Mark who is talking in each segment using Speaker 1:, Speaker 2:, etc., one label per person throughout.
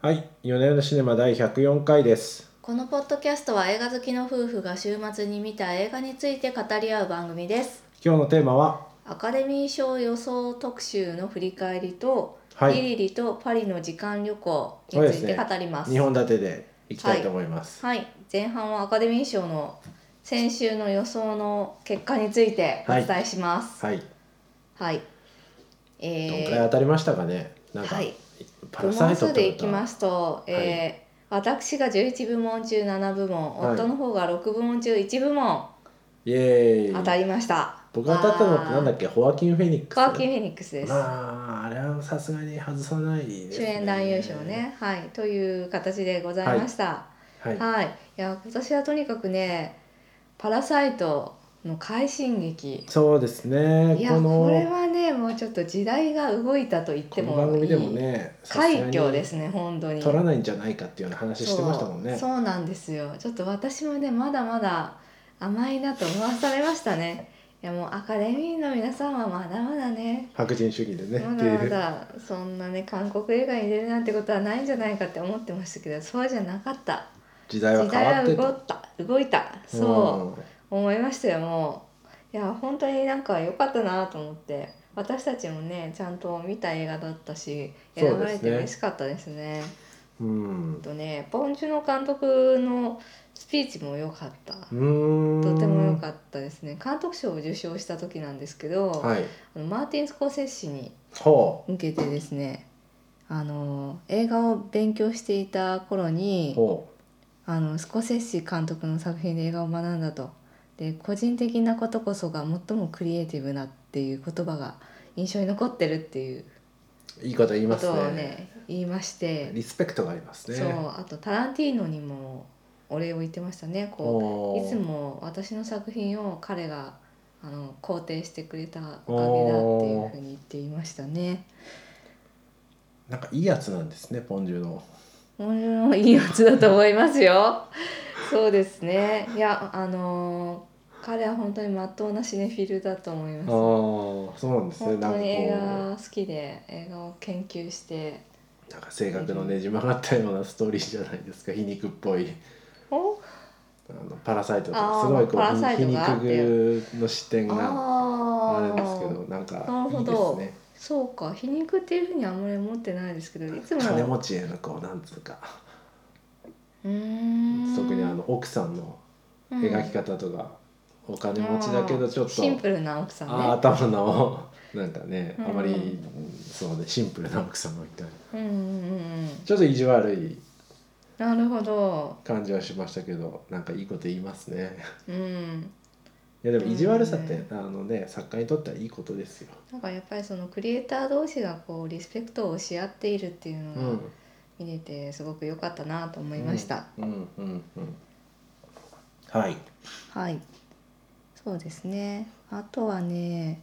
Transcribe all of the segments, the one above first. Speaker 1: はい、夜な夜なシネマ第104回です。
Speaker 2: このポッドキャストは映画好きの夫婦が週末に見た映画について語り合う番組です
Speaker 1: 今日のテーマは、
Speaker 2: アカデミー賞予想特集の振り返りと、
Speaker 1: はい
Speaker 2: リリリとパリの時間旅行について語ります
Speaker 1: 2本立てでいきたいと思います。
Speaker 2: はい前半はアカデミー賞の先週の予想の結果についてお
Speaker 1: はい
Speaker 2: 伝えします
Speaker 1: はい、
Speaker 2: はい、え
Speaker 1: ど
Speaker 2: ー
Speaker 1: んくらい当たりましたかね。なんか、
Speaker 2: はい
Speaker 1: パ
Speaker 2: 部
Speaker 1: ラサイ
Speaker 2: 門
Speaker 1: ト
Speaker 2: 数
Speaker 1: と
Speaker 2: で
Speaker 1: か
Speaker 2: いきますと、えー私が11部門中7部門、
Speaker 1: はい
Speaker 2: 夫の方が6部門中1部門
Speaker 1: イエ
Speaker 2: 当
Speaker 1: ー
Speaker 2: た
Speaker 1: イ。
Speaker 2: りました、
Speaker 1: 僕が当たったのってなんだ
Speaker 2: っ
Speaker 1: っけ、ホアキンフェニックス。
Speaker 2: カーキン・フェニックスです、
Speaker 1: まあ、あれはさすがに外さないです、ね。
Speaker 2: 主演男優賞。ねはいという形でございました
Speaker 1: はい。
Speaker 2: はい、い、や今年はとにかくね「パラサイト」の快進撃
Speaker 1: そうですね。
Speaker 2: いや
Speaker 1: こ
Speaker 2: これ
Speaker 1: の。
Speaker 2: はねもうちょっと時代が動いたと言って
Speaker 1: この
Speaker 2: も
Speaker 1: 番組でもね。さす
Speaker 2: 快
Speaker 1: がに
Speaker 2: 挙ですね本当に
Speaker 1: 取らないんじゃないかっていうような話してましたもんね。
Speaker 2: そうそうなんですよちょっと私もねまだまだ甘いなと思わされましたねいやもうアカデミーの皆さんはまだまだね
Speaker 1: 白人主義でね。
Speaker 2: ま
Speaker 1: っ
Speaker 2: だ
Speaker 1: てい
Speaker 2: ま
Speaker 1: う
Speaker 2: だそんなね韓国映画に出るなんてことはないんじゃないかって思ってましたけどそうじゃなかった
Speaker 1: 時代は
Speaker 2: 時
Speaker 1: 変わ
Speaker 2: 代
Speaker 1: ってた
Speaker 2: は動った動いたそう、思いましたよもういや本当になんか良かったなと思って私たちもねちゃんと見た映画だったし選ばれ
Speaker 1: そうです
Speaker 2: て
Speaker 1: ね
Speaker 2: 嬉しかったですね
Speaker 1: うん。
Speaker 2: あとねポン・ジュノ監督のスピーチも良かった
Speaker 1: うーん。
Speaker 2: とても良かったですね監督賞を受賞した時なんですけど、
Speaker 1: はい。
Speaker 2: あのマーティン・スコーセッシに
Speaker 1: ほ
Speaker 2: 向けてですねあの映画を勉強していた頃
Speaker 1: う。
Speaker 2: に
Speaker 1: ほ
Speaker 2: あのスコセッシ監督の作品で映画を学んだとで個人的なことこそが最もクリエイティブなっていう言葉が印象に残ってるっていう
Speaker 1: う。いいこと言い
Speaker 2: こ
Speaker 1: ます
Speaker 2: とを
Speaker 1: ね。
Speaker 2: ね言いまして
Speaker 1: リスペクトがありますね。
Speaker 2: そうあとタランティーノにもお礼を言ってましたねこ
Speaker 1: ほ
Speaker 2: う
Speaker 1: う
Speaker 2: いつも私の作品を彼があの肯定してくれたおかげだっていうふうに言っていましたね。
Speaker 1: なんかいいやつなんですね、ポンジュの。
Speaker 2: うんいいやつだと思いますよ。そうですね。いや、あのー彼は本当に真っ当なシネフィルだと思いま
Speaker 1: あ
Speaker 2: す。
Speaker 1: あ、そうなんですね。
Speaker 2: 本
Speaker 1: なん
Speaker 2: 当
Speaker 1: か
Speaker 2: に映
Speaker 1: こ
Speaker 2: 画好きで映画を研究して
Speaker 1: う。なんか性格のねじ曲がったようなストーリーじゃないですか、皮肉っぽい。
Speaker 2: お
Speaker 1: あのパラサイトと
Speaker 2: あ
Speaker 1: か
Speaker 2: ー
Speaker 1: すごいこ
Speaker 2: パラサ
Speaker 1: う
Speaker 2: イ
Speaker 1: 皮
Speaker 2: トがあって
Speaker 1: 肉の視点が
Speaker 2: あ
Speaker 1: あ
Speaker 2: あ
Speaker 1: るんですけど、なんか
Speaker 2: なる
Speaker 1: い
Speaker 2: ほ
Speaker 1: いで
Speaker 2: ど
Speaker 1: すね。
Speaker 2: そうか皮肉っていうふうにあんまり思ってないですけどいつも
Speaker 1: 金持ちへのこうなんつうか、
Speaker 2: うーん
Speaker 1: 特にあの奥さんの描き方とか、お金持ちだけどちょっと
Speaker 2: シンプルな奥さんね
Speaker 1: あー頭のなんかね
Speaker 2: うん
Speaker 1: あまりそうねシンプルな奥様みたいな
Speaker 2: うんうんうんうん
Speaker 1: ちょっと意地悪い
Speaker 2: なるほど
Speaker 1: 感じはしましたけどなんかいいこと言いますね
Speaker 2: うん
Speaker 1: いやでも意地悪さって、
Speaker 2: うん
Speaker 1: あのね作家にとってはいいことですよ、
Speaker 2: なんかやっぱりそのクリエイター同士がこうリスペクトをし合っているっていう
Speaker 1: う
Speaker 2: の
Speaker 1: ん
Speaker 2: が、見れてすごく良かったなと思いました、
Speaker 1: うんうんうんはい
Speaker 2: はいそうですねあとはね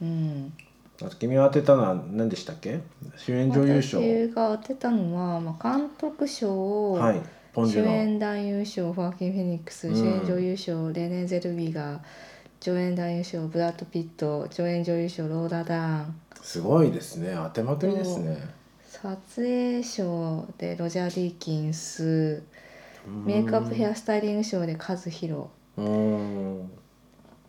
Speaker 2: うん
Speaker 1: あと君が当てたのは何でしたっけ主演女優賞
Speaker 2: 私が当てたのは、まあ、監督賞、
Speaker 1: はいポンジ
Speaker 2: 主
Speaker 1: ュの
Speaker 2: 演男優賞ファーキン・フェニックス、
Speaker 1: うん
Speaker 2: 主演女優賞レネ・ゼルビガー助演男優賞ブラッド・ピット助演女優賞ローダ・ダーン
Speaker 1: すごいですね当てまくりですね、
Speaker 2: 撮影賞でロジャー・ディーキンス
Speaker 1: うん
Speaker 2: メイクアップヘアスタイリング賞でカズヒロ、
Speaker 1: うん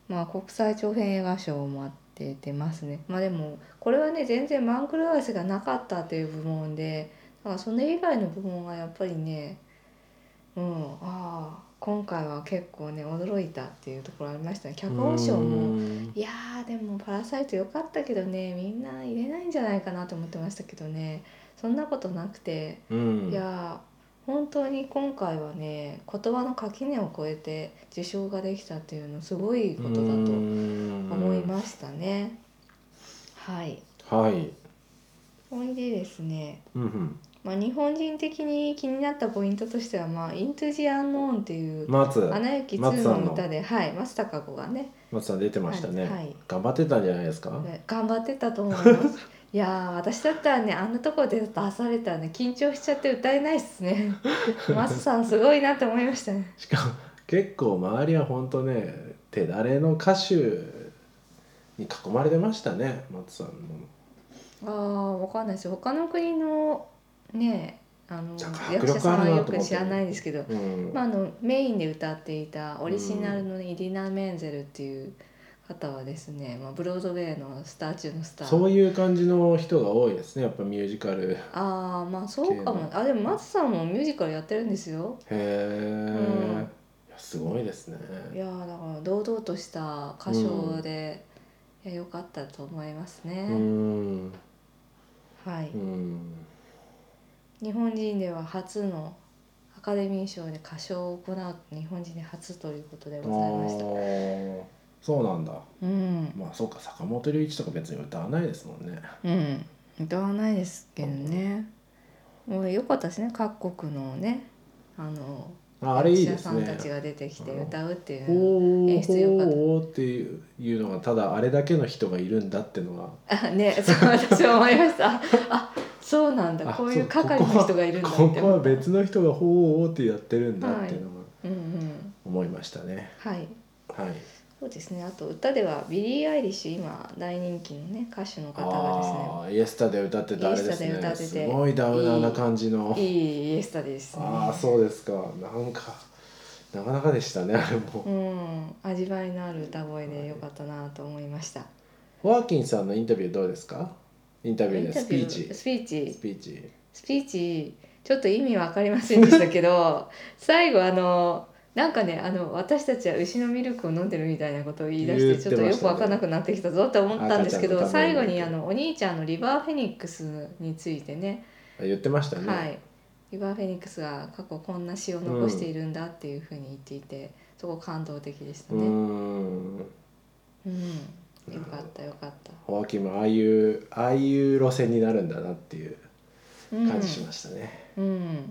Speaker 2: まあ、国際長編映画賞もあって出ますねまあでもこれはね全然番狂わせがなかったという部門でだからそれ以外の部門はやっぱりねうんああ今回は結構ね驚いたっていうところありましたね脚本賞も
Speaker 1: うん
Speaker 2: いやーでも「パラサイト」良かったけどねみんな入れないんじゃないかなと思ってましたけどねそんなことなくて
Speaker 1: うん
Speaker 2: いやー本当に今回はね言葉の垣根を越えて受賞ができたっていうのすごいことだと思
Speaker 1: 思
Speaker 2: いましたね。はい
Speaker 1: すはい、
Speaker 2: ほいでですね、
Speaker 1: うんうん、
Speaker 2: まあ、日本人的に気になったポイントとしては「まあ、イントゥジ・アンノーン」っていう「
Speaker 1: 松
Speaker 2: アナ雪2」の歌で、はい、松たか子がね
Speaker 1: 松さん出てましたね、
Speaker 2: はいはい
Speaker 1: 頑張ってたんじゃないですか、
Speaker 2: 頑張ってた と思います。いやー私だったらねあんなとこで出されたらね緊張しちゃって歌えないっすね。 マスさんすごいなって思いましたね。
Speaker 1: しかも結構周りは本当ね手だれの歌手に囲まれてましたね松さんの
Speaker 2: ああわかんないです他の国のねあの
Speaker 1: じゃあ
Speaker 2: 役者さ
Speaker 1: 迫力
Speaker 2: ん
Speaker 1: あ
Speaker 2: は
Speaker 1: るな
Speaker 2: よ
Speaker 1: と
Speaker 2: く
Speaker 1: 思って
Speaker 2: 知らないんですけど、
Speaker 1: うん
Speaker 2: まあ、あのメインで歌っていたオリジナルのイリナ・メンゼルっていう方はですね、まあ、ブロードウェイのスター中のスター
Speaker 1: そういう感じの人が多いですねやっぱミュージカルへ
Speaker 2: ああまあそうか
Speaker 1: 系
Speaker 2: もあでも松さんもミュージカルやってるんですようん
Speaker 1: え、いやすごいですね
Speaker 2: いやーだから堂々とした歌唱で、いや良かったと思います
Speaker 1: う
Speaker 2: ね、
Speaker 1: ん
Speaker 2: はい、
Speaker 1: うん
Speaker 2: 日本人では初のアカデミー賞で歌唱を行う日本人で初ということで
Speaker 1: あ
Speaker 2: ございました
Speaker 1: ーそうなんだ
Speaker 2: うん
Speaker 1: まあそうか坂本龍一とか別に歌わないですもんね
Speaker 2: うん歌わないですけどねもう良かったですね各国のねあの
Speaker 1: ああれいい
Speaker 2: 役
Speaker 1: で
Speaker 2: 者
Speaker 1: す
Speaker 2: さんたち
Speaker 1: ね
Speaker 2: が出てきて歌うってい
Speaker 1: 「
Speaker 2: う、
Speaker 1: おーお
Speaker 2: 演出良かった
Speaker 1: ーおーっていういうのがただあれだけの人がいるんだってのは
Speaker 2: あねそう私も思いましたあそうなんだ
Speaker 1: あ
Speaker 2: こういう
Speaker 1: そう
Speaker 2: 係の人がいるんだって
Speaker 1: ここは別の人が「ほーおーってやってるんだっていうのが
Speaker 2: うんうん
Speaker 1: 思いましたね
Speaker 2: はい
Speaker 1: はい
Speaker 2: そうですねあと歌ではビリー・アイリッシュ今大人気のね歌手の方がですね
Speaker 1: ああーイエスタで歌ってたあれです
Speaker 2: イエスタで歌っ
Speaker 1: ね
Speaker 2: てて
Speaker 1: すごいダウナーな感じの
Speaker 2: いいイエスタですね。
Speaker 1: ああそうですかなんかなかなかでしたねあれも、
Speaker 2: うん、味わいのある歌声で良かったなと思いました。
Speaker 1: ワーキンさんのインタビューどうですかインタビューでスピー
Speaker 2: インタビュ
Speaker 1: チ
Speaker 2: スピー
Speaker 1: スピー
Speaker 2: チ、
Speaker 1: チ
Speaker 2: スピーチ、ちょっと意味わかりませんでした けど、最後あの。なんかねあの私たちは牛のミルクを飲んでるみたいなことを言い出して
Speaker 1: 言って
Speaker 2: ちょっと
Speaker 1: ま
Speaker 2: よ
Speaker 1: したね
Speaker 2: くわかんなくなってきたぞって思ったんですけど
Speaker 1: 赤ちゃん
Speaker 2: 最
Speaker 1: のために
Speaker 2: 後にあのお兄ちゃんのリバーフェニックスについてね、
Speaker 1: あ言ってましたね、
Speaker 2: はい、リバーフェニックスが過去こんな詩を残しているんだっていうふうに言っていて、そこ感動的でした
Speaker 1: うー
Speaker 2: ね。
Speaker 1: ん
Speaker 2: うん、よかったよかった、
Speaker 1: ワーキンもああいうああいう路線になるんだなっていう
Speaker 2: うん、
Speaker 1: 感じしましたね、
Speaker 2: うん
Speaker 1: うん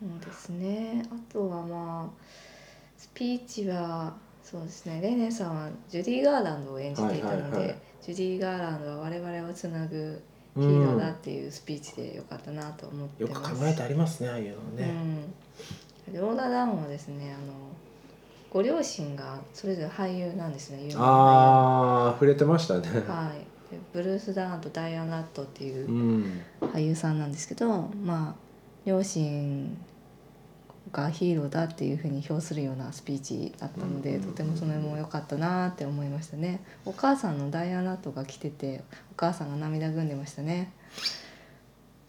Speaker 2: そうですねあとはまあスピーチはそうですねレネさんはジュディ・ガーランドを演じていた
Speaker 1: はい
Speaker 2: ので、
Speaker 1: はいはい
Speaker 2: ジュディ・ガーランドは我々をつなぐヒーローだっていうスピーチでよかったなと思っ
Speaker 1: う
Speaker 2: て
Speaker 1: んよ
Speaker 2: ま
Speaker 1: く
Speaker 2: す、
Speaker 1: 考えてありますねああいうのね、
Speaker 2: うん、ローダ・ダウンはですねあのご両親がそれぞれ俳優なんですね有名な俳
Speaker 1: ああ触れてましたね、
Speaker 2: 優はいでブルース・ダウンとダイアン・ラットっていう
Speaker 1: うん
Speaker 2: 俳優さんなんですけどまあ両親がヒーローだっていうふうに評するようなスピーチだったので、
Speaker 1: うん
Speaker 2: とてもそれも良かったなって思いましたねお母さんのダイアン・ラットが来ててお母さんが涙ぐんでましたね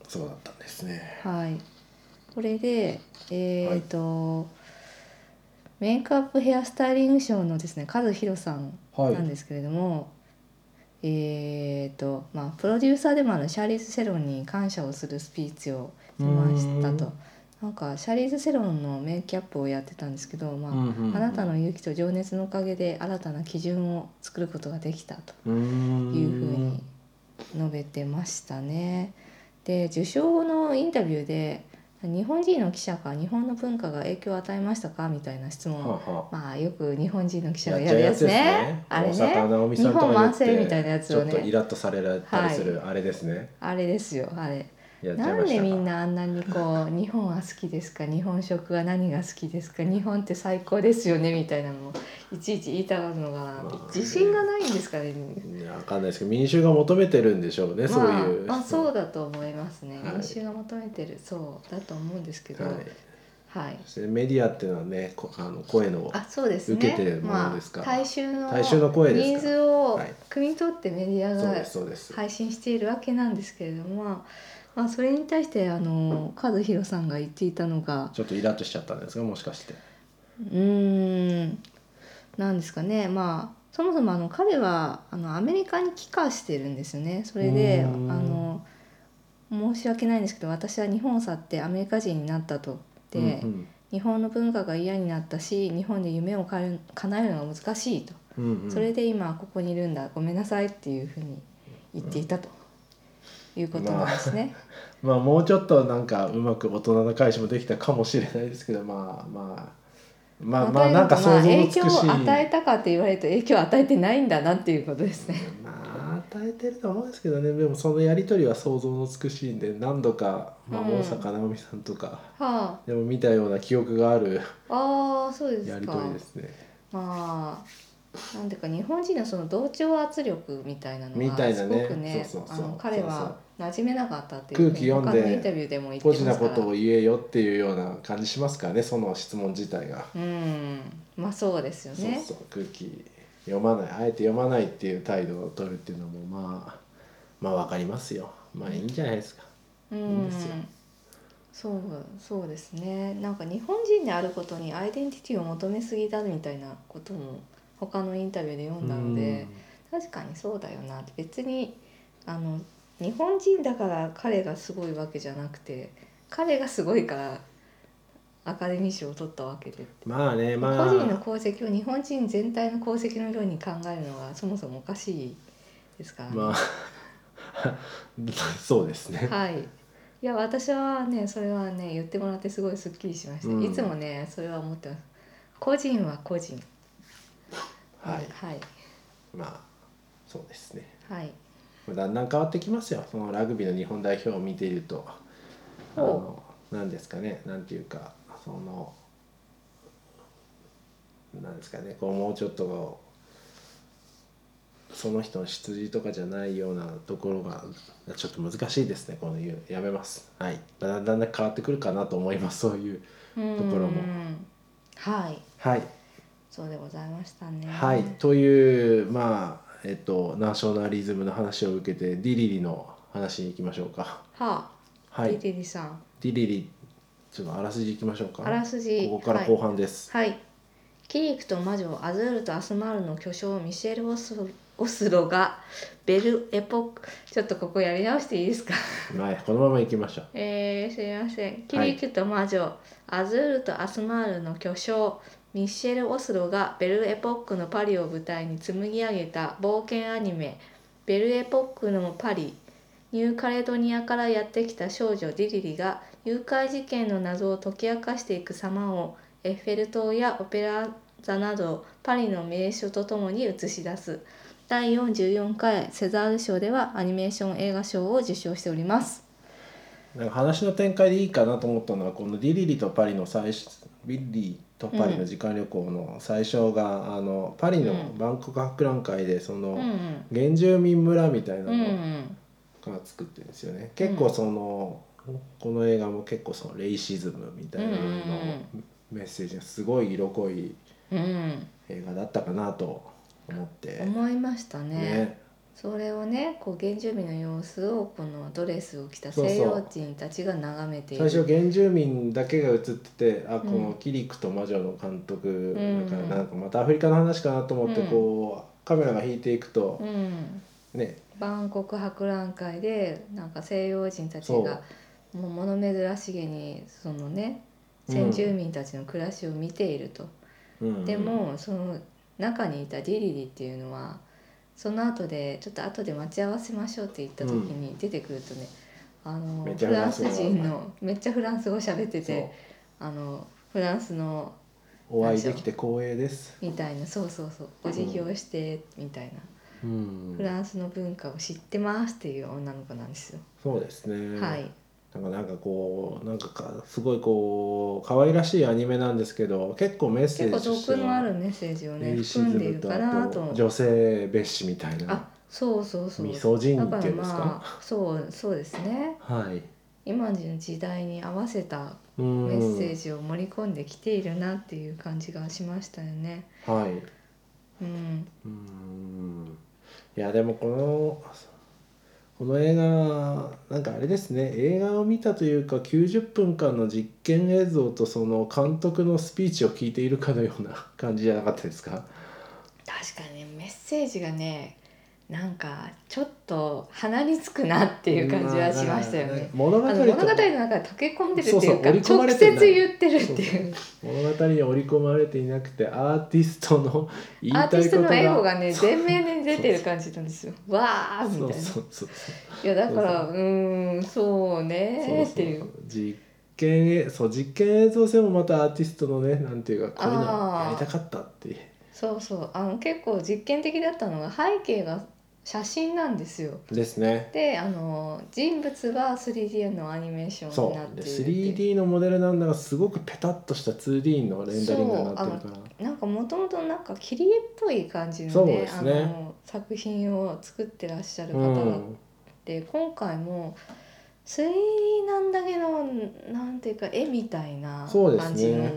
Speaker 1: そうだったんですね
Speaker 2: はいこれでえっ、と、メイクアップヘアスタイリング賞のですね和弘さん
Speaker 1: はい
Speaker 2: なんですけれども、えーとまあ、プロデューサーでもあるシャーリーズ・セロンに感謝をするスピーチをしました
Speaker 1: うー
Speaker 2: と。なんかシャーリーズ・セロンのメイキャップをやってたんですけど、まあ
Speaker 1: うんうんうん
Speaker 2: あなたの勇気と情熱のおかげで新たな基準を作ることができたと
Speaker 1: うーん
Speaker 2: いうふうに述べてましたね。で受賞のインタビューで日本人の記者が日本の文化が影響を与えましたかみたいな質問を
Speaker 1: はあはあ
Speaker 2: まあよく日本人の記者
Speaker 1: や
Speaker 2: が
Speaker 1: っちゃう
Speaker 2: やる
Speaker 1: や
Speaker 2: や
Speaker 1: つ
Speaker 2: つ
Speaker 1: です
Speaker 2: ね
Speaker 1: ね。
Speaker 2: あれ
Speaker 1: 大阪
Speaker 2: ね
Speaker 1: 直美さんとか
Speaker 2: 日本
Speaker 1: によ
Speaker 2: 万
Speaker 1: って
Speaker 2: 世みたいなやつをね
Speaker 1: ちょっとイラッとされられたりする、あれですね。
Speaker 2: あれですよあれ
Speaker 1: やっちゃい
Speaker 2: な
Speaker 1: ま
Speaker 2: ん
Speaker 1: した
Speaker 2: で
Speaker 1: か
Speaker 2: みん。なあんなにこう日本は好きですか日本食は何が好きですか日本って最高ですよねみたいなのをいちいち言いたがるのが
Speaker 1: まあ
Speaker 2: 自信がないんですかね
Speaker 1: いやわかんないですけど民衆が求めてるんでしょうね、そう
Speaker 2: まあ
Speaker 1: いう。
Speaker 2: まあそうだと思いますね
Speaker 1: はい
Speaker 2: 民衆が求めてるそうだと思うんですけど
Speaker 1: は
Speaker 2: はいい、。
Speaker 1: そしてメディアっていうのはねこあの声の
Speaker 2: あそうですね
Speaker 1: 受けてるものですから
Speaker 2: まあ、大衆の
Speaker 1: 大衆の声ですから
Speaker 2: ニーズを
Speaker 1: はい
Speaker 2: 汲み取ってメディア
Speaker 1: そう
Speaker 2: が
Speaker 1: ですそうです。
Speaker 2: 配信しているわけなんですけれども、まあ、それに対してあの和弘さんが言っていたのが
Speaker 1: ちょっとイラッとしちゃったんですがもしかして。
Speaker 2: うーんなんですかねまあそもそもあの彼はあのアメリカに帰化してるんですよねそれであ
Speaker 1: うーん
Speaker 2: の申し訳ないんですけど私は日本を去ってアメリカ人になったと。で、
Speaker 1: うん
Speaker 2: 日本の文化が嫌になったし日本で夢をかえる叶えるのが難しいと、
Speaker 1: うんうんうん
Speaker 2: それで今ここにいるんだごめんなさいっていうふうに言っていたということなんですね。
Speaker 1: まあもうちょっとなんかうまく大人の返しもできたかもしれないですけどまあまあ。まあまあなんか想像
Speaker 2: 影
Speaker 1: もつ
Speaker 2: 響
Speaker 1: くし、
Speaker 2: を与えたかって言われると影響を与えてないんだなっていうことで すね。
Speaker 1: まあ与えてると思うんですけどねでもそのやり取りは想像の美しいんで何度か、まあ、
Speaker 2: うん
Speaker 1: 大坂なおみさんとか、
Speaker 2: は
Speaker 1: でも見たような記憶がある
Speaker 2: あ、ああそうですか。
Speaker 1: やり取りですね
Speaker 2: まあなんていうか日本人のその同調圧力みたいなの
Speaker 1: みた
Speaker 2: が
Speaker 1: いな
Speaker 2: すご
Speaker 1: ね
Speaker 2: くね、
Speaker 1: そうそう
Speaker 2: あ
Speaker 1: そう
Speaker 2: の彼は馴染めなかったっていう、
Speaker 1: 空気読んで
Speaker 2: 他のインタビューでも言って
Speaker 1: ポ
Speaker 2: ます
Speaker 1: ジ
Speaker 2: から
Speaker 1: なことを言えよっていうような感じしますからねその質問自体が、
Speaker 2: うんまあそうですよ
Speaker 1: そう
Speaker 2: ね
Speaker 1: そう空気読まないあえて読まないっていう態度を取るっていうのもまあまあわかりますよまあいいんじゃないですか
Speaker 2: う
Speaker 1: いい
Speaker 2: ん
Speaker 1: ですよ
Speaker 2: そうそうですねなんか日本人であることにアイデンティティを求めすぎだみたいなことも他のインタビューで読んだので、確かにそうだよな別にあの日本人だから彼がすごいわけじゃなくて彼がすごいからアカデミー賞を取ったわけで、
Speaker 1: うんまあねま
Speaker 2: 個人の
Speaker 1: あ
Speaker 2: 功績を日本人全体の功績のように考えるのはそもそもおかしいですからね。
Speaker 1: まあ そうですね、
Speaker 2: はい。いや私はねそれはね言ってもらってすごいすっきりしました、
Speaker 1: うん
Speaker 2: いつもねそれは思ってます個人は個人
Speaker 1: はい
Speaker 2: はい
Speaker 1: まあそうですね
Speaker 2: はい
Speaker 1: だんだん変わってきますよそのラグビーの日本代表を見ているとあの何ですかねなんていうかそのなんですかねこうもうちょっとその人の出自とかじゃないようなところがちょっと難しいですねこのいうやめますはいだんだんだん変わってくるかなと思いますそういう
Speaker 2: うん
Speaker 1: ところも
Speaker 2: はい
Speaker 1: はい
Speaker 2: そうでございましたね
Speaker 1: はい、というまあえっとナショナリズムの話を受けてディリリの話に行きましょうか。
Speaker 2: はあ、
Speaker 1: はい、
Speaker 2: リリリさん
Speaker 1: ディリリちょっとあらすじいきましょうか。
Speaker 2: あらすじ
Speaker 1: ここから
Speaker 2: はい
Speaker 1: 後半です。
Speaker 2: はい。キリクと魔女アズールとアスマールの巨匠ミシェル・オスオスロがベル・エポックちょっとここやり直していいですか
Speaker 1: はい、このまま行きましょう。
Speaker 2: えー、すみません。キ
Speaker 1: はい
Speaker 2: リキと魔女、アズールとアスマールの巨匠、ミッシェル・オスロがベルエポックのパリを舞台に紡ぎ上げた冒険アニメ「ベルエポックのパリ」ニューカレドニアからやってきた少女ディリリが誘拐事件の謎を解き明かしていく様をエッフェル塔やオペラ座などパリの名所とともに映し出す第44回セザール賞ではアニメーション映画賞を受賞しております。
Speaker 1: なんか話の展開でいいかなと思ったのはこのディリリとパリの最初ビリーとパリの時間旅行の最初が、あのパリの
Speaker 2: うん
Speaker 1: 万国博覧会でその、
Speaker 2: うんうん
Speaker 1: 原住民村みたいな
Speaker 2: うんう
Speaker 1: の
Speaker 2: ん
Speaker 1: が作ってるんですよね。結構その、この映画も結構そのレイシズムみたいなののメッセージがすごい色濃い
Speaker 2: うん、
Speaker 1: 映画だったかなと思って。
Speaker 2: 思いましたね
Speaker 1: ね
Speaker 2: それをねこう原住民の様子をこのドレスを着た
Speaker 1: そうそう
Speaker 2: 西洋人たちが眺めてい
Speaker 1: 最
Speaker 2: る
Speaker 1: 初原住民だけが映っててあ
Speaker 2: ん
Speaker 1: このキリクと魔女の監督
Speaker 2: うん
Speaker 1: だからなんかまたアフリカの話かなと思って
Speaker 2: うん
Speaker 1: こうカメラが引いていくと
Speaker 2: うん、
Speaker 1: ね
Speaker 2: 万国博覧会でなんか西洋人たち
Speaker 1: そう
Speaker 2: がもう物珍しげにそのね
Speaker 1: うん
Speaker 2: 先住民たちの暮らしを見ていると、
Speaker 1: うん
Speaker 2: でもその中にいたディリリっていうのはその後でちょっと後で待ち合わせましょうって言った時に出てくるとね、あの
Speaker 1: めっちゃフ
Speaker 2: フラ
Speaker 1: ラン
Speaker 2: ン
Speaker 1: ス
Speaker 2: ス
Speaker 1: 語
Speaker 2: 人のめっちゃフランス語喋って
Speaker 1: そう
Speaker 2: てあのフランスの
Speaker 1: お会いできて光栄です、
Speaker 2: みたいなそうそうそう
Speaker 1: う
Speaker 2: お
Speaker 1: ん
Speaker 2: 辞儀をしてみたいな、
Speaker 1: うん
Speaker 2: フ、ランスの文化を知ってますっていう女の子なんですよ。
Speaker 1: そうですね、
Speaker 2: はい、
Speaker 1: なんかなんかこうなんかかすごいこう可愛らしいアニメなんですけど結構メッセー
Speaker 2: 結構
Speaker 1: ジとして
Speaker 2: 毒のあ
Speaker 1: は
Speaker 2: るメッセージをね
Speaker 1: レイシ
Speaker 2: 含
Speaker 1: ズ
Speaker 2: んでい
Speaker 1: ム
Speaker 2: る
Speaker 1: と
Speaker 2: か
Speaker 1: あ
Speaker 2: なと
Speaker 1: と。女性蔑視みたい
Speaker 2: あ
Speaker 1: な
Speaker 2: そうそうそう。
Speaker 1: ミソジ
Speaker 2: だ
Speaker 1: ンっ
Speaker 2: か
Speaker 1: ていう
Speaker 2: ら
Speaker 1: んですか
Speaker 2: まあそうそうですね。
Speaker 1: はい
Speaker 2: 今の時代に合わせた
Speaker 1: メ
Speaker 2: メッセー
Speaker 1: ジ
Speaker 2: ジを盛り込んできているなっていう感じがしましたよね。
Speaker 1: はい
Speaker 2: うん、
Speaker 1: うーんいやでもこのこの映画なんかあれですね映画を見たというか90分間の実験映像とその監督のスピーチを聞いているかのような 感じじゃなかったですか
Speaker 2: 確かにねメッセージがねなんかちょっと鼻につくなっていう感じはしましたよね。
Speaker 1: まあ
Speaker 2: あ
Speaker 1: なんか
Speaker 2: の
Speaker 1: 物語
Speaker 2: 物語
Speaker 1: と
Speaker 2: の中に溶け込んでるっていうか
Speaker 1: そうそう織り込まれ
Speaker 2: 直
Speaker 1: てない
Speaker 2: 接言ってるっていう
Speaker 1: 物語に織り込まれていなくてアーティスト の言い
Speaker 2: ア
Speaker 1: たい
Speaker 2: ー
Speaker 1: こと
Speaker 2: ティ
Speaker 1: が
Speaker 2: ストのエゴがね全面に出てる感じなんですよ。わーみ
Speaker 1: そう
Speaker 2: たいな。
Speaker 1: そうそう
Speaker 2: いやだから
Speaker 1: そう
Speaker 2: うーんそう
Speaker 1: そう
Speaker 2: ねーっていう。
Speaker 1: そう実験映そう実験映像性もまたアーティストのねなんていうかこういうの
Speaker 2: あー
Speaker 1: やりたかったっていう
Speaker 2: そうそうあの結構実験的だったのが背景が写真なんですよ
Speaker 1: ですね
Speaker 2: であの人物は 3D のアニメーション
Speaker 1: そ
Speaker 2: になっ
Speaker 1: うで
Speaker 2: ているってい
Speaker 1: 3D
Speaker 2: う
Speaker 1: のモデルなんだがすごくペタッとした 2D のレンダリングになってるから
Speaker 2: なんかもともとなんか切り絵っぽい感じ
Speaker 1: そ
Speaker 2: の
Speaker 1: う
Speaker 2: ね
Speaker 1: です
Speaker 2: あ
Speaker 1: ね
Speaker 2: の作品を作ってらっしゃる
Speaker 1: う
Speaker 2: 方だっ
Speaker 1: ん
Speaker 2: って今回も水なんだけどなんていうか絵みたいな
Speaker 1: そうですね
Speaker 2: 感じの、は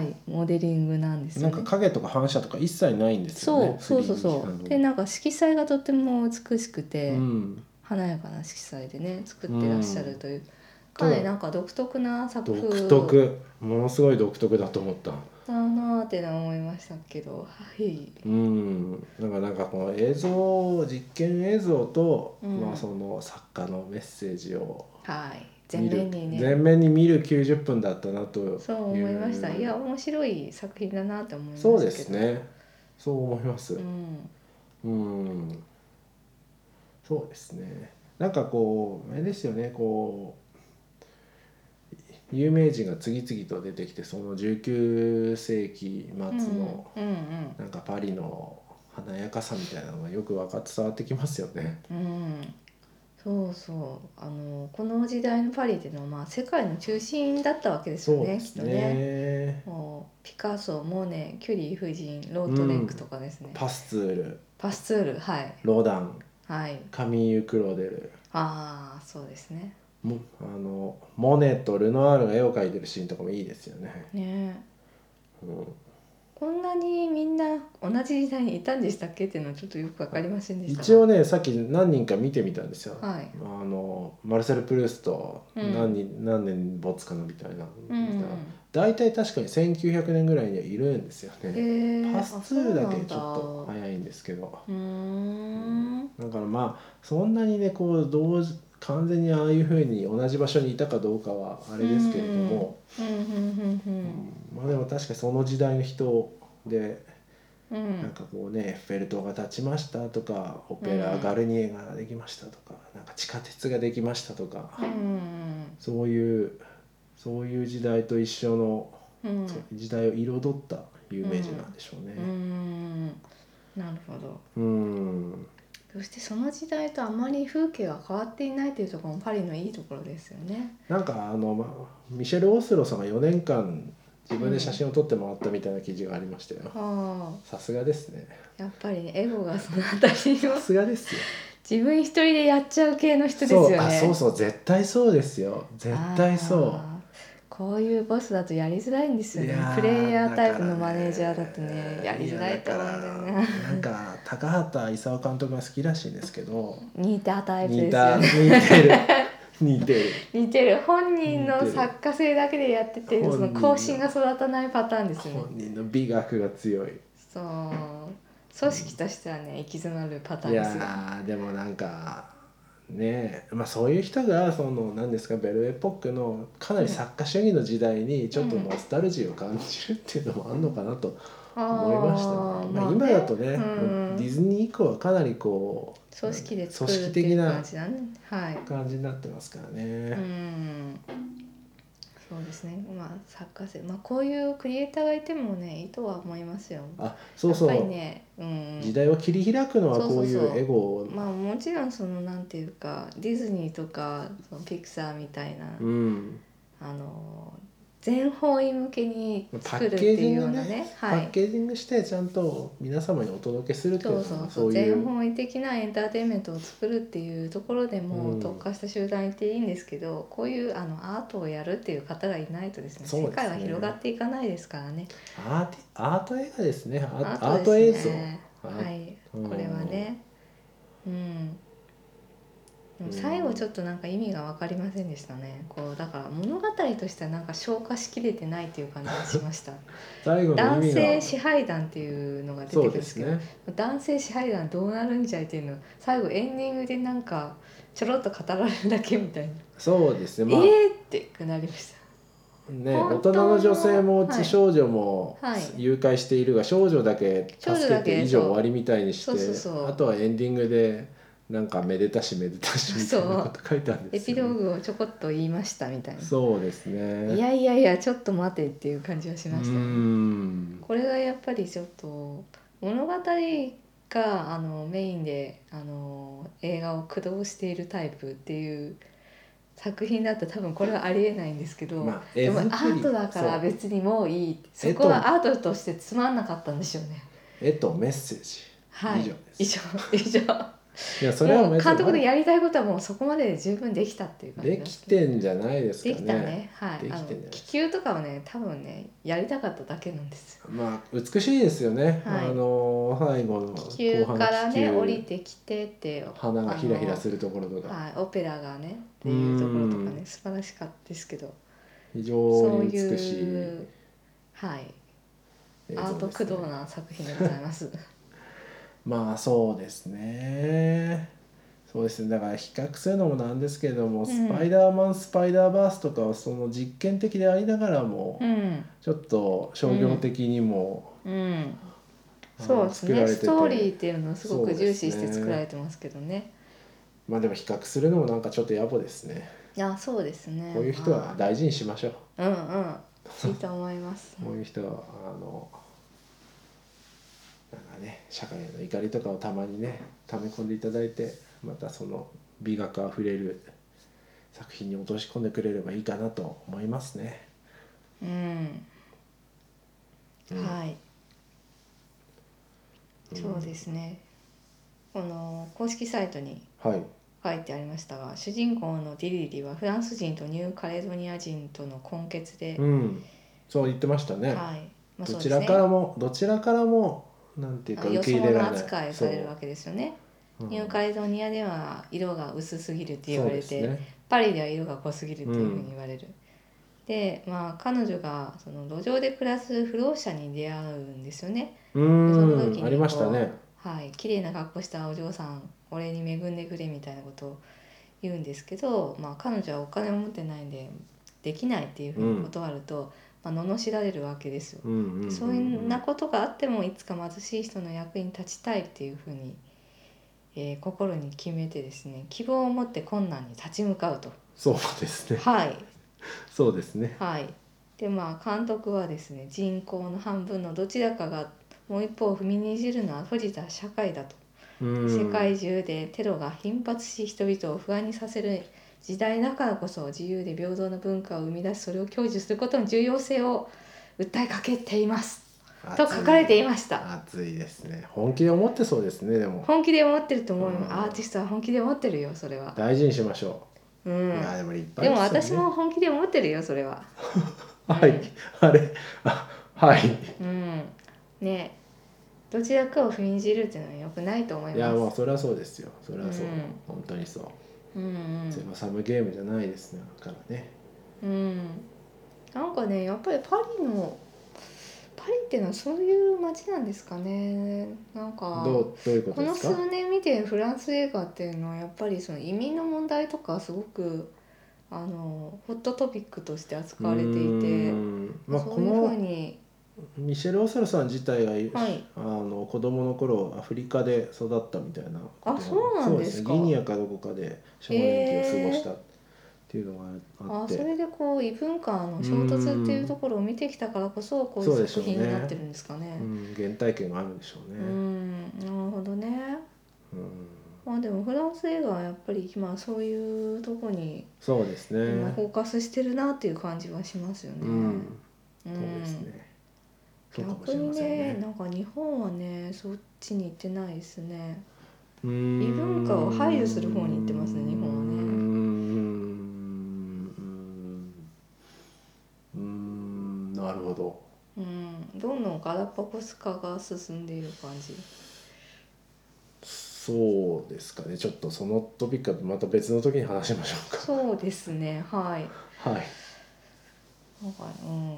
Speaker 2: いモデリングなんですよ
Speaker 1: なん
Speaker 2: ね
Speaker 1: か。影とか反射とか一切ないんですよ
Speaker 2: そう
Speaker 1: ね
Speaker 2: そうそう
Speaker 1: 3D 機
Speaker 2: そう
Speaker 1: 能
Speaker 2: でなんか色彩がとても美しくて、
Speaker 1: うん、
Speaker 2: 華やかな色彩でね作ってらっしゃるという、かなりなんか独特な作
Speaker 1: 独
Speaker 2: 風
Speaker 1: 特ものすごい独特だと思った
Speaker 2: だなーってのは思いましたけどはい
Speaker 1: うんなんかなんかこの映像実験映像と、
Speaker 2: うん
Speaker 1: まあ、その作家のメッセージを
Speaker 2: はい
Speaker 1: 見
Speaker 2: 全
Speaker 1: る
Speaker 2: 面にね
Speaker 1: 全面に見る90分だったなと
Speaker 2: そう思いました
Speaker 1: いう
Speaker 2: いや面白い作品だなと思いましたけ
Speaker 1: そ
Speaker 2: ど
Speaker 1: うですねそう思います
Speaker 2: うん
Speaker 1: うんそうですねなんかこうあれですよねこう有名人が次々と出てきてその19世紀末の
Speaker 2: うんうん
Speaker 1: なんかパリの華やかさみたいなのがよく分かって伝わってきますよね。
Speaker 2: うん、うんそうそうあのこの時代のパリっていうのは、まあ、世界の中心だったわけですよ
Speaker 1: そう
Speaker 2: ね
Speaker 1: です
Speaker 2: きっとね
Speaker 1: ね。
Speaker 2: もうピカソモネキュリー夫人ロートレックとかですね、
Speaker 1: パスツール、
Speaker 2: パスツールはい
Speaker 1: ロダン、
Speaker 2: はい
Speaker 1: カミーユ・クローデル、
Speaker 2: ああそうですね
Speaker 1: もあのモネとルノアールが絵を描いてるシーンとかもいいですよね。
Speaker 2: ね
Speaker 1: うん
Speaker 2: こんなにみんな同じ時代にいたんでしたっけっていうのはちょっとよくわかりませんでしたが
Speaker 1: 一応ねさっき何人か見てみたんですよ。
Speaker 2: はい
Speaker 1: あのマルセル・プルースと
Speaker 2: うん
Speaker 1: 何,、人何年に没かなみたいな、
Speaker 2: うんうん
Speaker 1: 大体確かに1900年ぐらいにはいるんですよ
Speaker 2: え
Speaker 1: ね、
Speaker 2: ー、
Speaker 1: パスツールだけちょっと
Speaker 2: あ
Speaker 1: 早いんですけど
Speaker 2: そうなんだうーん
Speaker 1: だからまあそんなにねこう同時完全にああいうふうに同じ場所にいたかどうかはあれですけれども、
Speaker 2: うんう
Speaker 1: うんんまあでも確かにその時代の人で
Speaker 2: うんうんう
Speaker 1: なん
Speaker 2: ん
Speaker 1: かこうねエッフェル塔が建ちましたとかオペラ、
Speaker 2: うん
Speaker 1: ガルニエができましたとかなんか地下鉄ができましたとか、
Speaker 2: うん
Speaker 1: そういうそういう時代と一緒の、
Speaker 2: うん
Speaker 1: 時代を彩った有名人なんでしょう
Speaker 2: う
Speaker 1: ね。
Speaker 2: んなるほど
Speaker 1: うん、
Speaker 2: そしてその時代とあまり風景が変わっていないというところもパリのいいところですよね。
Speaker 1: なんかあの、ま、ミシェル・オスロさんが4年間自分で写真を撮って回ったみたいな記事がありましたよ。
Speaker 2: あ
Speaker 1: さすがですね。
Speaker 2: あやっぱりねエゴがそのあたりの
Speaker 1: さすがですよ。
Speaker 2: 自分一人でやっちゃう系の人ですよ
Speaker 1: そう
Speaker 2: ね。
Speaker 1: あそうそう絶対そうですよ。絶対そ
Speaker 2: あーこういうボスだとやりづらいんですよ
Speaker 1: い
Speaker 2: ね
Speaker 1: やー
Speaker 2: プレイヤータイプの
Speaker 1: だか
Speaker 2: マ
Speaker 1: らね
Speaker 2: ネージャーだとねやりづらいと思うんだよね
Speaker 1: う。なんか高畑勲監督が好きらしいんですけど
Speaker 2: 似たタイプで
Speaker 1: 似
Speaker 2: すよ
Speaker 1: た似
Speaker 2: ね
Speaker 1: てる似てる。
Speaker 2: 似てる本人
Speaker 1: 似て
Speaker 2: の
Speaker 1: る
Speaker 2: 作家性だけでやってて
Speaker 1: 本
Speaker 2: そ
Speaker 1: 人
Speaker 2: の
Speaker 1: の
Speaker 2: 更新が育たないパターンですよね
Speaker 1: 本人の美学が強い。
Speaker 2: そう組織としてはね行き詰まるパター
Speaker 1: い
Speaker 2: ンで
Speaker 1: や
Speaker 2: すよ
Speaker 1: ーでもなんかねえまあそういう人がその何ですかベルエポックのかなり作家主義の時代にちょっと
Speaker 2: うん
Speaker 1: ノスタルジーを感じるっていうのもあるのかなと思い
Speaker 2: 思
Speaker 1: ましたね、まあ、今だとね、
Speaker 2: うん
Speaker 1: ディズニー以降はかなりこう
Speaker 2: 組織で作
Speaker 1: 組
Speaker 2: るっ
Speaker 1: 織
Speaker 2: て
Speaker 1: 的
Speaker 2: いう
Speaker 1: な
Speaker 2: 感じだねはい
Speaker 1: 感じになってますから
Speaker 2: う
Speaker 1: ね。
Speaker 2: んそうですねまあ作家性まあこういうクリエイターがいてもねいいとは思いますよ
Speaker 1: あそうそう、
Speaker 2: やっぱりねうん
Speaker 1: 時代を切り開くのはこうい
Speaker 2: そうそうそう
Speaker 1: うエゴを
Speaker 2: まあもちろんそのなんていうかディズニーとかそのピクサーみたいな、
Speaker 1: うん
Speaker 2: あの全方位向けに作るっ
Speaker 1: パッ
Speaker 2: て
Speaker 1: ケー
Speaker 2: い
Speaker 1: ジ
Speaker 2: う
Speaker 1: ン
Speaker 2: よう
Speaker 1: グ
Speaker 2: な
Speaker 1: ね
Speaker 2: ね
Speaker 1: パ
Speaker 2: はい
Speaker 1: ッケージングしてちゃんと皆様にお届けするっていう
Speaker 2: そ
Speaker 1: の
Speaker 2: う
Speaker 1: は
Speaker 2: そう
Speaker 1: そ
Speaker 2: そう
Speaker 1: うい
Speaker 2: 全
Speaker 1: う。
Speaker 2: 方位的なエンターテインメントを作るっていうところでも
Speaker 1: うん
Speaker 2: 特化した集団いていいんですけど、こういうあのアートをやるっていう方がいないとですね
Speaker 1: そうですね
Speaker 2: 世界は広がっていかないですからね
Speaker 1: アーティアート映画ですねアー
Speaker 2: ア
Speaker 1: アー
Speaker 2: ー
Speaker 1: ト
Speaker 2: ト
Speaker 1: 映
Speaker 2: で
Speaker 1: 像
Speaker 2: すね
Speaker 1: アート
Speaker 2: はい
Speaker 1: うん
Speaker 2: これはねうんでも最後ちょっとなんか意味が分かりませんでしたねこうだから物語としてはなんか消化しきれてないっていう感じがしました
Speaker 1: 最後の
Speaker 2: 男
Speaker 1: 意味
Speaker 2: 性
Speaker 1: が
Speaker 2: 支配団っていうのが出て
Speaker 1: そ
Speaker 2: く
Speaker 1: う
Speaker 2: る
Speaker 1: ん
Speaker 2: で
Speaker 1: ですす
Speaker 2: けど
Speaker 1: ね
Speaker 2: 男性支配団どうなるんじゃいっていうの最後エンディングでなんかちょろっと語られるだけみたいな、
Speaker 1: そうですねまあ、
Speaker 2: えーってなりまし
Speaker 1: ね大
Speaker 2: 本
Speaker 1: 人
Speaker 2: 当の
Speaker 1: の女性も、
Speaker 2: はい
Speaker 1: 少女も
Speaker 2: はい
Speaker 1: 誘拐しているが少女だけ
Speaker 2: 少
Speaker 1: 助
Speaker 2: 女
Speaker 1: け
Speaker 2: だけ
Speaker 1: て以上終わりみたいにして
Speaker 2: そうそうそう
Speaker 1: あとはエンディングでなんかめでたしめでたしみたいなこと書いてあるん
Speaker 2: たエ
Speaker 1: です
Speaker 2: ピ
Speaker 1: よ、ね、
Speaker 2: ローグをちょこっと言いましたみたいな
Speaker 1: そうですね
Speaker 2: いやいやいやちょっと待てっていう感じはし
Speaker 1: う
Speaker 2: ました、
Speaker 1: ん
Speaker 2: これがやっぱりちょっと物語があのメインであの映画を駆動しているタイプっていう作品だったら多分これはありえないんですけど、
Speaker 1: まあ
Speaker 2: で
Speaker 1: 絵
Speaker 2: もア
Speaker 1: 作り
Speaker 2: ートだから
Speaker 1: そう
Speaker 2: 別にもういいって
Speaker 1: 絵
Speaker 2: そ
Speaker 1: と
Speaker 2: こはアートとしてつまんなかったんでしょうね
Speaker 1: 絵とメッセージ
Speaker 2: はい
Speaker 1: 以上
Speaker 2: 以上以上
Speaker 1: い やそれは
Speaker 2: もう
Speaker 1: 別に
Speaker 2: 監督のやりたいことはもうそこまでで十分できたっていう感じ
Speaker 1: で
Speaker 2: なん
Speaker 1: き
Speaker 2: すね
Speaker 1: てんじゃないですか
Speaker 2: で
Speaker 1: ね
Speaker 2: きたねは
Speaker 1: で
Speaker 2: い
Speaker 1: きてん
Speaker 2: あ
Speaker 1: じゃない
Speaker 2: の気球とかをね多分ねやりたかっただけなんです
Speaker 1: まあ美しいですよね、
Speaker 2: はい
Speaker 1: あの最後の
Speaker 2: 気球から
Speaker 1: 後
Speaker 2: ね
Speaker 1: 半の
Speaker 2: 降りてきてって
Speaker 1: 花がひらひらするところとか
Speaker 2: はい、オペラがねっていうところとか
Speaker 1: う
Speaker 2: ね素晴らしかったですけど
Speaker 1: 非
Speaker 2: そ
Speaker 1: 常
Speaker 2: う
Speaker 1: に美しい映像です、
Speaker 2: い
Speaker 1: ね
Speaker 2: う、はい、アート駆動な作品でござい ます。
Speaker 1: まあそうですねそうですねだから比較するのもなんですけれども「スパイダーマン・スパイダーバース」とかはその実験的でありながらも、
Speaker 2: うん、
Speaker 1: ちょっと商業的にも、
Speaker 2: うん、
Speaker 1: あの
Speaker 2: そうです
Speaker 1: 作ら
Speaker 2: ね。
Speaker 1: れて
Speaker 2: ス
Speaker 1: て
Speaker 2: トーリーっていうのをすご
Speaker 1: そ
Speaker 2: く
Speaker 1: うで
Speaker 2: 重
Speaker 1: すね
Speaker 2: 視して作られてますけどね。
Speaker 1: まあでも比較するのもなんかちょっと野暮ですね
Speaker 2: いや、そうですね。
Speaker 1: こういう人は
Speaker 2: まあ
Speaker 1: 大事にしましょう
Speaker 2: うんうん、いいと思います。
Speaker 1: こういう人 はあのなんかね社会への怒りとかをたまにね溜め込んでいただいてまたその美学あふれる作品に落とし込んでくれればいいかなと思いますね。
Speaker 2: うん、
Speaker 1: うん
Speaker 2: はい、
Speaker 1: うん
Speaker 2: そうですね。この公式サイトに
Speaker 1: はい、
Speaker 2: 書いてありましたが、主人公のディリリはフランス人とニューカレドニア人との混血で、
Speaker 1: うん、そう言ってましたね。
Speaker 2: はい、まあそう
Speaker 1: ど
Speaker 2: で
Speaker 1: ち
Speaker 2: す
Speaker 1: ら
Speaker 2: ね
Speaker 1: からも、どちらからもなんていう
Speaker 2: あ
Speaker 1: か
Speaker 2: 予
Speaker 1: 受け
Speaker 2: 想
Speaker 1: 入れられな
Speaker 2: の
Speaker 1: い。
Speaker 2: 扱いされるわけですよね。
Speaker 1: そう
Speaker 2: ニューカレドニアでは色が薄すぎるって言わ
Speaker 1: う
Speaker 2: れて、
Speaker 1: んそうですね
Speaker 2: パリでは色が濃すぎるっていうふうに言われる。で、まあ彼女がその路上で暮らす不老者に出会うんですよね。
Speaker 1: う
Speaker 2: その時
Speaker 1: ー
Speaker 2: にこ
Speaker 1: ん、
Speaker 2: う
Speaker 1: ありましたね。
Speaker 2: はい、綺麗な格好したお嬢さん、俺に恵んでくれみたいなことを言うんですけど、まあ彼女はお金を持ってないんでできないっていうふうに断ると、まあ罵られるわけですよ。
Speaker 1: うんうんうんうん
Speaker 2: そんなことがあってもいつか貧しい人の役に立ちたいっていうふうに、えー心に決めてですね希望を持って困難に立ち向 かうと
Speaker 1: そうですね。
Speaker 2: はい
Speaker 1: そうですね。
Speaker 2: はいでまあ監督はですね人口の半分のどちらかがもう一歩を踏みにじるのは閉じた社会だと、
Speaker 1: 世
Speaker 2: 世界中でテロが頻発し人々を不安にさせる時代だからこそ自由で平等な文化を生み出しそれを享受することの重要性を訴えかけていますと書かれていました
Speaker 1: 熱いですね本気で思ってそうですねでも
Speaker 2: 本気で思ってると思うよ、
Speaker 1: うん
Speaker 2: アーティストは本気で思ってるよそれは
Speaker 1: 大事にしましょ
Speaker 2: う
Speaker 1: う、
Speaker 2: ん
Speaker 1: いやでも立
Speaker 2: でも
Speaker 1: 派です
Speaker 2: 私
Speaker 1: よね
Speaker 2: も本気で思ってるよそれは
Speaker 1: はいあれあはい
Speaker 2: うんねどちらかを踏みにじるっていうのは良くないと思い
Speaker 1: いやも
Speaker 2: ま
Speaker 1: う
Speaker 2: す
Speaker 1: それはそうですよそれはそう、
Speaker 2: うん
Speaker 1: 本当にそう、
Speaker 2: うんうん
Speaker 1: それはサムゲームじゃないですねだからね
Speaker 2: うんなんかねやっぱりパリのパリっていうのはそういう街なんですかねなんか
Speaker 1: どうどういうこと
Speaker 2: こ
Speaker 1: で
Speaker 2: の
Speaker 1: すか
Speaker 2: 数年見てるフランス映画っていうのはやっぱりその移民の問題とかすごくあのホットトピックとして扱われていて。
Speaker 1: うーんまあ
Speaker 2: そ
Speaker 1: こ
Speaker 2: ういうふう
Speaker 1: の
Speaker 2: に、
Speaker 1: ミシェル・オセロさん自体が、
Speaker 2: はい
Speaker 1: あの子供の頃アフリカで育ったみたいなことが
Speaker 2: あそうなんですか
Speaker 1: そうねギニアかどこかで少年期を過ごしたっていうのがあ
Speaker 2: あ
Speaker 1: って、
Speaker 2: それでこう異文化の衝突っていうところを見てきたからこそこういう作品になってるんですかね
Speaker 1: う。ん、原体験があるんでしょう
Speaker 2: う
Speaker 1: ね。
Speaker 2: ん、なるほどね。
Speaker 1: うん
Speaker 2: まあでもフランス映画はやっぱり今そういうとこに
Speaker 1: そうですね。
Speaker 2: 今フォーカスしてるなっていう感じはしますよね。
Speaker 1: うん、
Speaker 2: う
Speaker 1: そうんですね。そうかもし
Speaker 2: 逆
Speaker 1: れ
Speaker 2: に
Speaker 1: ません
Speaker 2: ね
Speaker 1: ね。
Speaker 2: なんか日本はねそっちに行ってないですね。
Speaker 1: 異
Speaker 2: 文化を排除する方に行ってますね日本はね
Speaker 1: ね。うーん、なるほど。
Speaker 2: うん、どんどんガラパゴス化が進んでいる感じ。
Speaker 1: そうですかね。ちょっとそのトピックはまた別の時に話しましょ
Speaker 2: そうですねはい。
Speaker 1: うか。はい。
Speaker 2: なんかうん、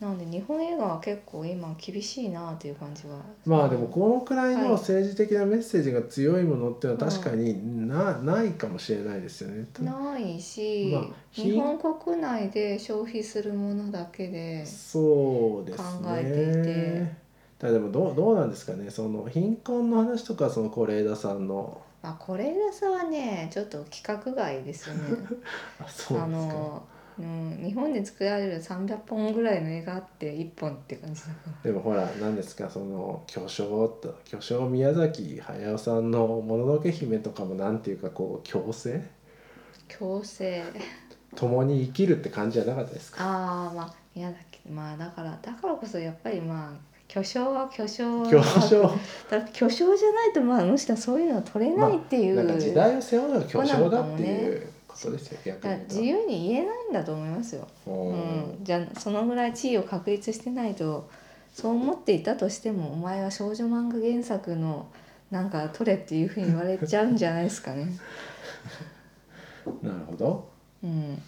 Speaker 2: なんで日本映画は結構今厳しいなっていう感じは
Speaker 1: まあでもこのくらい
Speaker 2: はい
Speaker 1: の政治的なメッセージが強いものっていうのは確かにな,、ないかもしれないですよね。
Speaker 2: ないし、
Speaker 1: まあひ
Speaker 2: 日本国内で消費するものだけで
Speaker 1: そうですね。
Speaker 2: 考えていて
Speaker 1: ただでもどうどうなんですかね。その貧困の話とかその是枝さんの
Speaker 2: まあこれださはねちょっと規格外ですよね
Speaker 1: あそう
Speaker 2: あ
Speaker 1: ですか。
Speaker 2: の、うん、日本で作られる300本ぐらいの映画あって1本って感じだか
Speaker 1: で
Speaker 2: ら
Speaker 1: もほら何ですかその巨匠と巨匠宮崎駿さんのもののけ姫とかもなんていうかこう共生
Speaker 2: 強制
Speaker 1: 共に生きるって感じじゃなかったですか。
Speaker 2: ああまあ宮崎まあだからだからこそやっぱりまあ巨匠は巨匠
Speaker 1: 巨匠
Speaker 2: だから巨匠じゃないとまああの人はそういうのは取れないっていう、
Speaker 1: なんか時代を背負うのが巨匠だ
Speaker 2: そうなのかも
Speaker 1: って
Speaker 2: ね
Speaker 1: いうことですよ逆
Speaker 2: だから
Speaker 1: に
Speaker 2: 自由に言えないんだと思いますよ、う
Speaker 1: うん
Speaker 2: ん、じゃあそのぐらい地位を確立してないとそう思っていたとしてもお前は少女漫画原作のなんか取れっていうふうに言われちゃうんじゃないですかね。
Speaker 1: なるほど
Speaker 2: うん、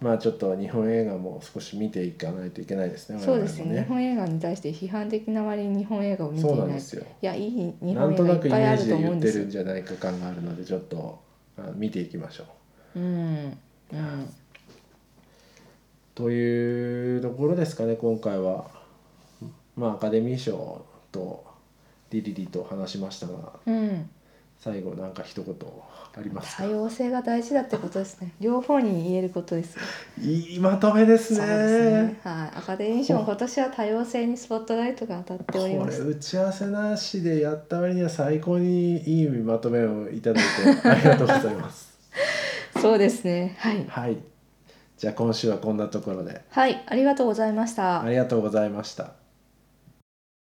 Speaker 1: まあちょっと日本映画も少し見ていかないといけないですね
Speaker 2: そうです
Speaker 1: 我々も
Speaker 2: ね日本映画に対して批判的な割に日本映画を見て
Speaker 1: そう
Speaker 2: い
Speaker 1: なん
Speaker 2: ない
Speaker 1: で
Speaker 2: い
Speaker 1: すよ
Speaker 2: やいい日
Speaker 1: な
Speaker 2: 本
Speaker 1: ん
Speaker 2: 映
Speaker 1: と
Speaker 2: 画い
Speaker 1: な
Speaker 2: っ
Speaker 1: くイ
Speaker 2: ぱい
Speaker 1: メー
Speaker 2: ある
Speaker 1: ジ
Speaker 2: と
Speaker 1: で
Speaker 2: 思う
Speaker 1: 言
Speaker 2: ん
Speaker 1: っ
Speaker 2: で
Speaker 1: て
Speaker 2: すよ
Speaker 1: るん。じゃないか感があるのでちょっとあ見ていきましょう
Speaker 2: うんうん
Speaker 1: というところですかね今回はまあアカデミー賞とリリリと話しましたが
Speaker 2: うん、
Speaker 1: 最後なんか一言ありますか
Speaker 2: 多様性が大事だってことですね。両方に言えることです。
Speaker 1: いいまとめですね
Speaker 2: そうですね。はい、アカデミー賞今年は多様性にスポットライトが当たって
Speaker 1: こ
Speaker 2: おり
Speaker 1: れ
Speaker 2: ます。
Speaker 1: 打ち合わせなしでやった割には最高にいいまとめをいただいてありがとうございます
Speaker 2: そうですね。はい。
Speaker 1: はいじゃあ今週はこんなところで
Speaker 2: はい、ありがとうございました
Speaker 1: あ。りがとうございました